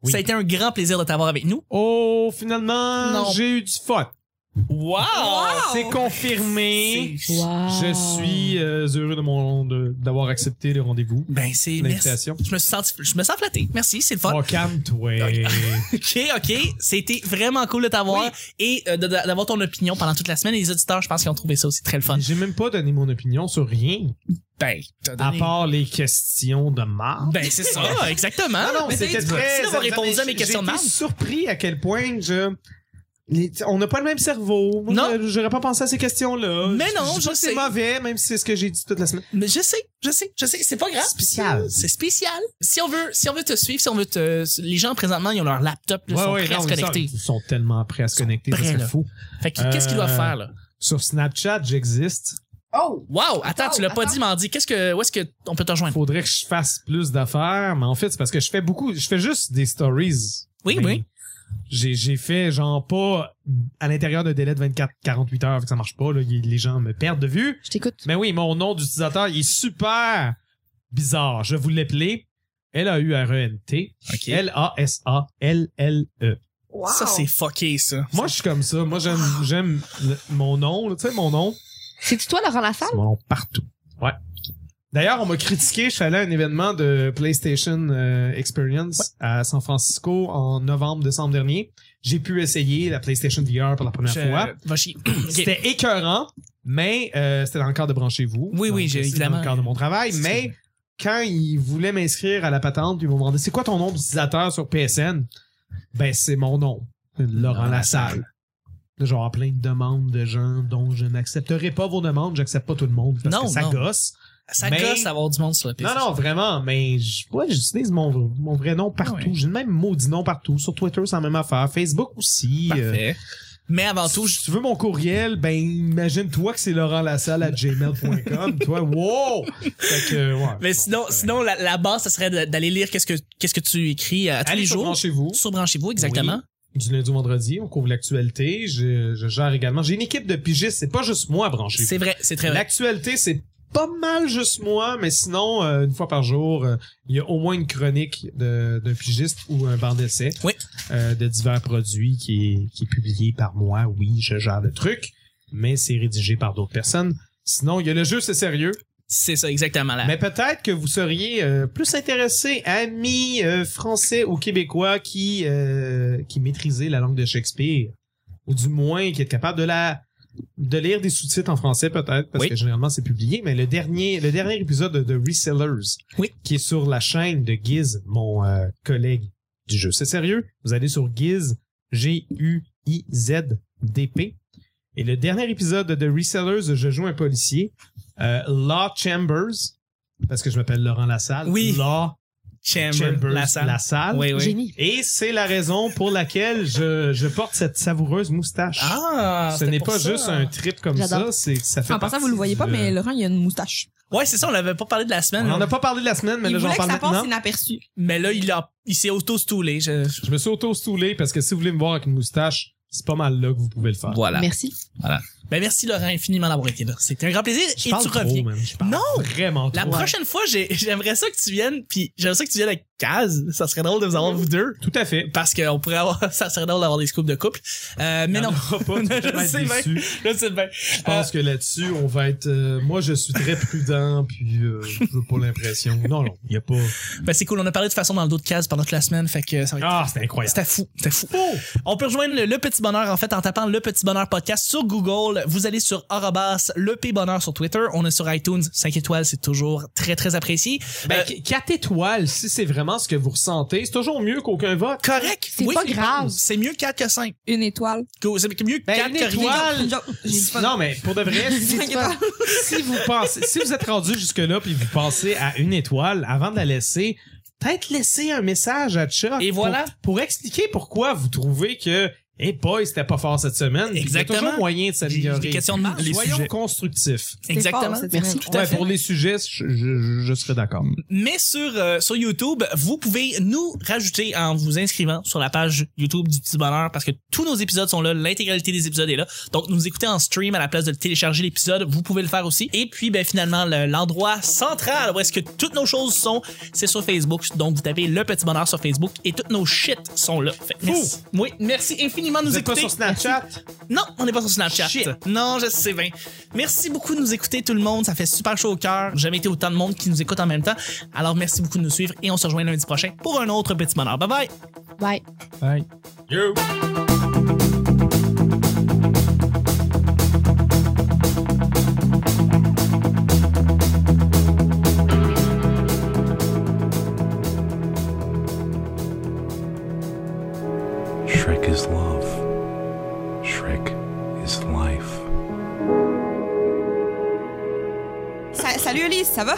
Speaker 5: Oui.
Speaker 1: ça a été un grand plaisir de t'avoir avec nous.
Speaker 5: Oh, finalement,
Speaker 4: Non.
Speaker 5: j'ai eu du fun.
Speaker 1: Wow!
Speaker 4: Wow!
Speaker 5: C'est confirmé.
Speaker 1: Oh. C'est-
Speaker 2: Wow.
Speaker 5: Je suis euh, heureux de mon de- d'avoir accepté le rendez-vous.
Speaker 1: Ben, c'est. merci.
Speaker 5: L'invitation.
Speaker 1: Je me, suis senti, je me sens flatté. Merci, c'est le fun.
Speaker 5: Oh, calme-toi.
Speaker 1: (laughs) OK, OK. C'était vraiment cool de t'avoir et euh, de- de- d'avoir ton opinion pendant toute la semaine. Et les auditeurs, je pense qu'ils ont trouvé ça aussi très le fun.
Speaker 5: J'ai même pas donné mon opinion sur rien,
Speaker 1: Ben, t'as
Speaker 5: à
Speaker 1: donné-
Speaker 5: part les questions de marde.
Speaker 1: Ben, hein? c'est
Speaker 5: (laughs)
Speaker 1: ça, exactement. Ben,
Speaker 5: Non, non, mais c'était
Speaker 1: Merci
Speaker 5: très.
Speaker 1: d'avoir répondu à mes
Speaker 5: j'ai-
Speaker 1: questions de
Speaker 5: J'ai
Speaker 1: marde.
Speaker 5: été surpris à quel point je. les- on n'a pas le même cerveau. Moi,
Speaker 1: Non.
Speaker 5: je- J'aurais pas pensé à ces questions-là.
Speaker 1: Mais non,
Speaker 5: dis
Speaker 1: je
Speaker 5: pas que
Speaker 1: sais.
Speaker 5: C'est mauvais, même si c'est ce que j'ai dit toute la semaine.
Speaker 1: Mais je sais, je sais, je sais, c'est pas grave.
Speaker 5: Spécial.
Speaker 1: C'est spécial. Si on veut, si on veut te suivre, si on veut te, les gens présentement, ils ont leur laptop, là, ils sont prêts à
Speaker 5: non,
Speaker 1: se
Speaker 5: mais ça,
Speaker 1: connecter.
Speaker 5: Ils sont tellement prêts à se connecter,
Speaker 1: prêts,
Speaker 5: ça serait
Speaker 1: là.
Speaker 5: fou.
Speaker 1: Fait que, qu'est-ce qu'ils doivent
Speaker 5: Euh,
Speaker 1: faire, là?
Speaker 5: Sur Snapchat, j'existe.
Speaker 3: Oh!
Speaker 1: Wow! Attends,
Speaker 2: attends,
Speaker 1: tu l'as pas
Speaker 2: attends.
Speaker 1: dit, Mandy. Qu'est-ce que, où est-ce que on peut te rejoindre?
Speaker 5: Faudrait que je fasse plus d'affaires, mais en fait, c'est parce que je fais beaucoup, je fais juste des stories.
Speaker 1: Oui,
Speaker 5: Mais
Speaker 1: oui.
Speaker 5: J'ai, j'ai fait, genre, pas à l'intérieur d'un délai de 24, 48 heures, fait que ça marche pas, là, y- les gens me perdent de vue.
Speaker 2: Je t'écoute.
Speaker 5: Mais oui, mon nom d'utilisateur, il est super bizarre. Je vais vous l'appeler E L-A-U-R-E-N-T.
Speaker 1: OK.
Speaker 5: L-A-S-A-L-L-E.
Speaker 4: Wow.
Speaker 1: Ça, c'est fucké, ça.
Speaker 5: E. Moi, je suis comme ça. Moi, j'aime, j'aime le- mon nom. là. Tu sais, mon nom,
Speaker 2: C'est-tu toi, Laurent Lassalle?
Speaker 5: c'est mon nom partout. Ouais. D'ailleurs, on m'a critiqué. Je suis allé à un événement de PlayStation euh, Experience à San Francisco en novembre, décembre dernier. J'ai pu essayer la PlayStation VR pour la première
Speaker 1: Je-
Speaker 5: fois.
Speaker 1: Va
Speaker 5: (clears throat)
Speaker 1: chier. Ok.
Speaker 5: C'était écœurant, mais euh, c'était dans le cadre de Branchez vous.
Speaker 1: Oui, oui, j'ai-
Speaker 5: j'ai
Speaker 1: évidemment.
Speaker 5: Dans le cadre de mon travail,
Speaker 1: C'est-
Speaker 5: mais quand ils voulaient m'inscrire à la patente, ils m'ont demandé c'est quoi ton nom d'utilisateur sur PSN Ben, c'est mon nom, Laurent
Speaker 1: Ah.
Speaker 5: Lassalle. Là, je vais avoir plein de demandes de gens dont je n'accepterai pas vos demandes, j'accepte pas tout le monde parce
Speaker 1: Non,
Speaker 5: que ça
Speaker 1: non.
Speaker 5: gosse.
Speaker 1: Ça
Speaker 5: Mais-
Speaker 1: gosse d'avoir du monde sur le PC.
Speaker 5: Non, non, vraiment, mais je- ouais, j'utilise mon, mon vrai nom partout.
Speaker 1: Ouais.
Speaker 5: J'ai le même maudit nom partout. Sur Twitter, c'est la même affaire. Facebook aussi. euh,
Speaker 1: Parfait. Mais avant tout, je-
Speaker 5: si tu veux mon courriel, ben imagine-toi que c'est Laurent Lassalle
Speaker 1: (laughs)
Speaker 5: à gmail.com. Toi, wow! Fait que, ouais.
Speaker 1: mais sinon, sinon, la, la base, ça serait de- d'aller lire qu'est-ce que, qu'est-ce que tu écris euh, à tous
Speaker 5: allez
Speaker 1: les jours.
Speaker 5: chez vous.
Speaker 1: Sur Branchez-vous, exactement.
Speaker 5: Du lundi au vendredi, on couvre l'actualité. Je, je gère également. J'ai une équipe de pigistes. C'est pas juste moi branché.
Speaker 1: c'est vrai, c'est très vrai.
Speaker 5: L'actualité, c'est pas mal juste moi, mais sinon, euh, une fois par jour, euh, il y a au moins une chronique de- d'un pigiste ou un bar d'essai
Speaker 1: Oui.
Speaker 5: euh, de divers produits qui est, qui est publié par moi. Oui, je gère le truc, mais c'est rédigé par d'autres personnes. Sinon, il y a le jeu, c'est sérieux.
Speaker 1: C'est ça, exactement. Là.
Speaker 5: Mais peut-être que vous seriez euh, plus intéressé, amis euh, français ou québécois qui euh, qui maîtrisez la langue de Shakespeare, ou du moins qui êtes capable de la de lire des sous-titres en français peut-être parce
Speaker 1: Oui.
Speaker 5: que généralement c'est publié. Mais le dernier le dernier épisode de, de Resellers,
Speaker 1: Oui.
Speaker 5: qui est sur la chaîne de Giz, mon euh, collègue du jeu. C'est sérieux. Vous allez sur Giz G U I Z D P. Et le dernier épisode de Resellers, je joue un policier, euh, Law Chambers, parce que je m'appelle Laurent Lassalle.
Speaker 1: Oui.
Speaker 5: Law
Speaker 1: Chamber,
Speaker 5: Chambers
Speaker 1: la
Speaker 5: Lassalle.
Speaker 1: salle. Oui, oui.
Speaker 2: Génie.
Speaker 5: Et c'est la raison pour laquelle je, je porte cette savoureuse moustache.
Speaker 1: Ah,
Speaker 5: Ce
Speaker 1: c'était
Speaker 5: n'est
Speaker 1: pour
Speaker 5: pas
Speaker 1: ça.
Speaker 5: juste un trip comme
Speaker 2: J'adore.
Speaker 5: ça, c'est ça fait.
Speaker 4: En passant,
Speaker 5: partie
Speaker 4: vous le voyez pas,
Speaker 5: du-
Speaker 4: mais Laurent, il a une moustache.
Speaker 1: Ouais, c'est ça, on l'avait pas parlé de la
Speaker 5: On
Speaker 1: semaine.
Speaker 5: n'en a pas parlé de la semaine, mais
Speaker 4: il
Speaker 5: là j'en
Speaker 4: voulait que
Speaker 5: parle
Speaker 4: ça passe
Speaker 5: maintenant.
Speaker 4: inaperçu.
Speaker 1: Mais là, il, a- il s'est auto-stoulé. je-
Speaker 5: Je me suis auto-stoulé parce que si vous voulez me voir avec une moustache, c'est pas mal là que vous pouvez le faire.
Speaker 1: Voilà.
Speaker 2: Merci.
Speaker 1: Ben, merci, Laurent, infiniment d'avoir été là. C'était un grand plaisir.
Speaker 5: Je
Speaker 1: et
Speaker 5: parle
Speaker 1: tu
Speaker 5: trop,
Speaker 1: reviens.
Speaker 5: man. Je parle
Speaker 1: Non!
Speaker 5: Vraiment
Speaker 1: La
Speaker 5: trop.
Speaker 1: prochaine fois, j'ai- j'aimerais ça que tu viennes, puis j'aimerais ça que tu viennes avec Kaz. Ça serait drôle de vous avoir vous deux.
Speaker 5: Tout à fait.
Speaker 1: Parce qu'on pourrait avoir, (laughs) ça serait drôle d'avoir des scoops de couple. Euh, mais non.
Speaker 5: On
Speaker 1: (laughs)
Speaker 5: aura pas, tu vas
Speaker 1: Je
Speaker 5: être
Speaker 1: sais bien.
Speaker 5: déçu.
Speaker 1: Là, c'est bien.
Speaker 5: Je pense que là-dessus, on va être. euh, moi, je suis très prudent, puis euh, je veux pas l'impression. Non, non, il y a pas.
Speaker 1: Ben, c'est cool. On a parlé de façon dans le dos de Kaz pendant toute la semaine, fait que ça va être
Speaker 5: Ah, c'est incroyable.
Speaker 1: C'était fou, c'était fou. On peut rejoindre le, Le Petit Bonheur en fait en tapant Le Petit Bonheur podcast sur Google. Vous allez sur arrobas Le P Bonheur sur Twitter. On est sur iTunes 5 étoiles, c'est toujours très très apprécié. Euh,
Speaker 5: Ben, qu- quatre étoiles, si c'est vraiment ce que vous ressentez, c'est toujours mieux qu'aucun vote.
Speaker 1: correct.
Speaker 2: C'est
Speaker 1: Oui,
Speaker 2: pas grave.
Speaker 1: C'est mieux 4 que 5.
Speaker 4: Une étoile.
Speaker 1: C'est mieux
Speaker 5: Ben,
Speaker 1: 4
Speaker 5: une
Speaker 1: que rien.
Speaker 5: étoile. Étoile.
Speaker 4: Une joke. J'ai dit pas-
Speaker 5: Non, mais pour
Speaker 1: (laughs)
Speaker 4: (laughs)
Speaker 5: de vrai, si,
Speaker 4: Cinq étoiles.
Speaker 5: si vous pensez, si vous êtes rendu jusque-là puis vous pensez à une étoile, avant de la laisser, peut-être laisser un message à Chuck.
Speaker 1: Et
Speaker 5: pour-
Speaker 1: voilà.
Speaker 5: Pour, expliquer pourquoi vous trouvez que, hey boy, c'était pas fort cette semaine.
Speaker 1: Exactement.
Speaker 5: Il y a toujours moyen de s'améliorer.
Speaker 1: Des questions de marge.
Speaker 6: Les
Speaker 5: Soyons
Speaker 6: sujets.
Speaker 5: constructifs.
Speaker 4: C'était
Speaker 1: Exactement.
Speaker 4: fort, cette
Speaker 2: Merci.
Speaker 4: semaine.
Speaker 1: Tout à
Speaker 5: Ouais,
Speaker 1: fait.
Speaker 5: pour les sujets, je, je- je serais d'accord.
Speaker 1: Mais sur, euh, sur YouTube, vous pouvez nous rajouter en vous inscrivant sur la page YouTube du Petit Bonheur parce que tous nos épisodes sont là, l'intégralité des épisodes est là. Donc, nous écouter en stream à la place de télécharger l'épisode, vous pouvez le faire aussi. Et puis, ben, finalement, le- l'endroit central où est-ce que toutes nos choses sont, c'est sur Facebook. Donc, vous tapez Le Petit Bonheur sur Facebook et toutes nos shit sont là. Fait que merci. Oui, merci infiniment de nous
Speaker 5: Vous êtes pas
Speaker 1: écouter.
Speaker 5: sur Snapchat?
Speaker 1: Non, on n'est pas sur Snapchat.
Speaker 5: Shit.
Speaker 1: Non, je sais bien. Merci beaucoup de nous écouter, tout le monde. Ça fait super chaud au cœur. Jamais été autant de monde qui nous écoute en même temps. Alors, merci beaucoup de nous suivre et on se rejoint lundi prochain pour un autre petit bonheur. Bye bye!
Speaker 2: Bye.
Speaker 6: Bye.
Speaker 5: You.
Speaker 7: Shrek is love. Shrek is life.
Speaker 4: Sa- Salut Elise, ça va?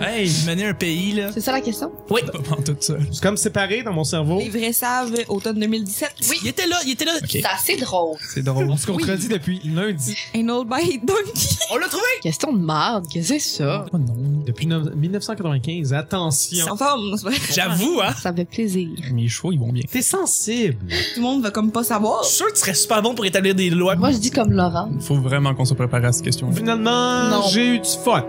Speaker 1: Hey, mener un pays, là.
Speaker 2: C'est ça la question?
Speaker 1: Oui.
Speaker 6: Pas prendre tout seul.
Speaker 5: C'est comme séparé dans mon cerveau.
Speaker 4: Les vrais saves, automne 2017.
Speaker 1: Il était là, il était là.
Speaker 3: C'est assez drôle.
Speaker 6: C'est drôle.
Speaker 5: On se contredit depuis lundi.
Speaker 4: An old bite (laughs) donkey.
Speaker 1: On l'a trouvé!
Speaker 2: Question de marde, qu'est-ce que c'est ça?
Speaker 6: Oh non.
Speaker 5: Depuis no- 1995, attention.
Speaker 4: En forme, non, c'est vrai.
Speaker 1: J'avoue, hein.
Speaker 2: Ça me fait plaisir.
Speaker 6: Mes chevaux, ils vont bien.
Speaker 5: T'es sensible.
Speaker 4: Tout le monde va comme pas savoir.
Speaker 1: Je suis sûr que tu serais super bon pour établir des lois.
Speaker 2: Moi, je dis comme Laurent.
Speaker 6: Faut vraiment qu'on se prépare à cette question.
Speaker 5: Finalement,
Speaker 2: Non.
Speaker 5: j'ai eu du fun.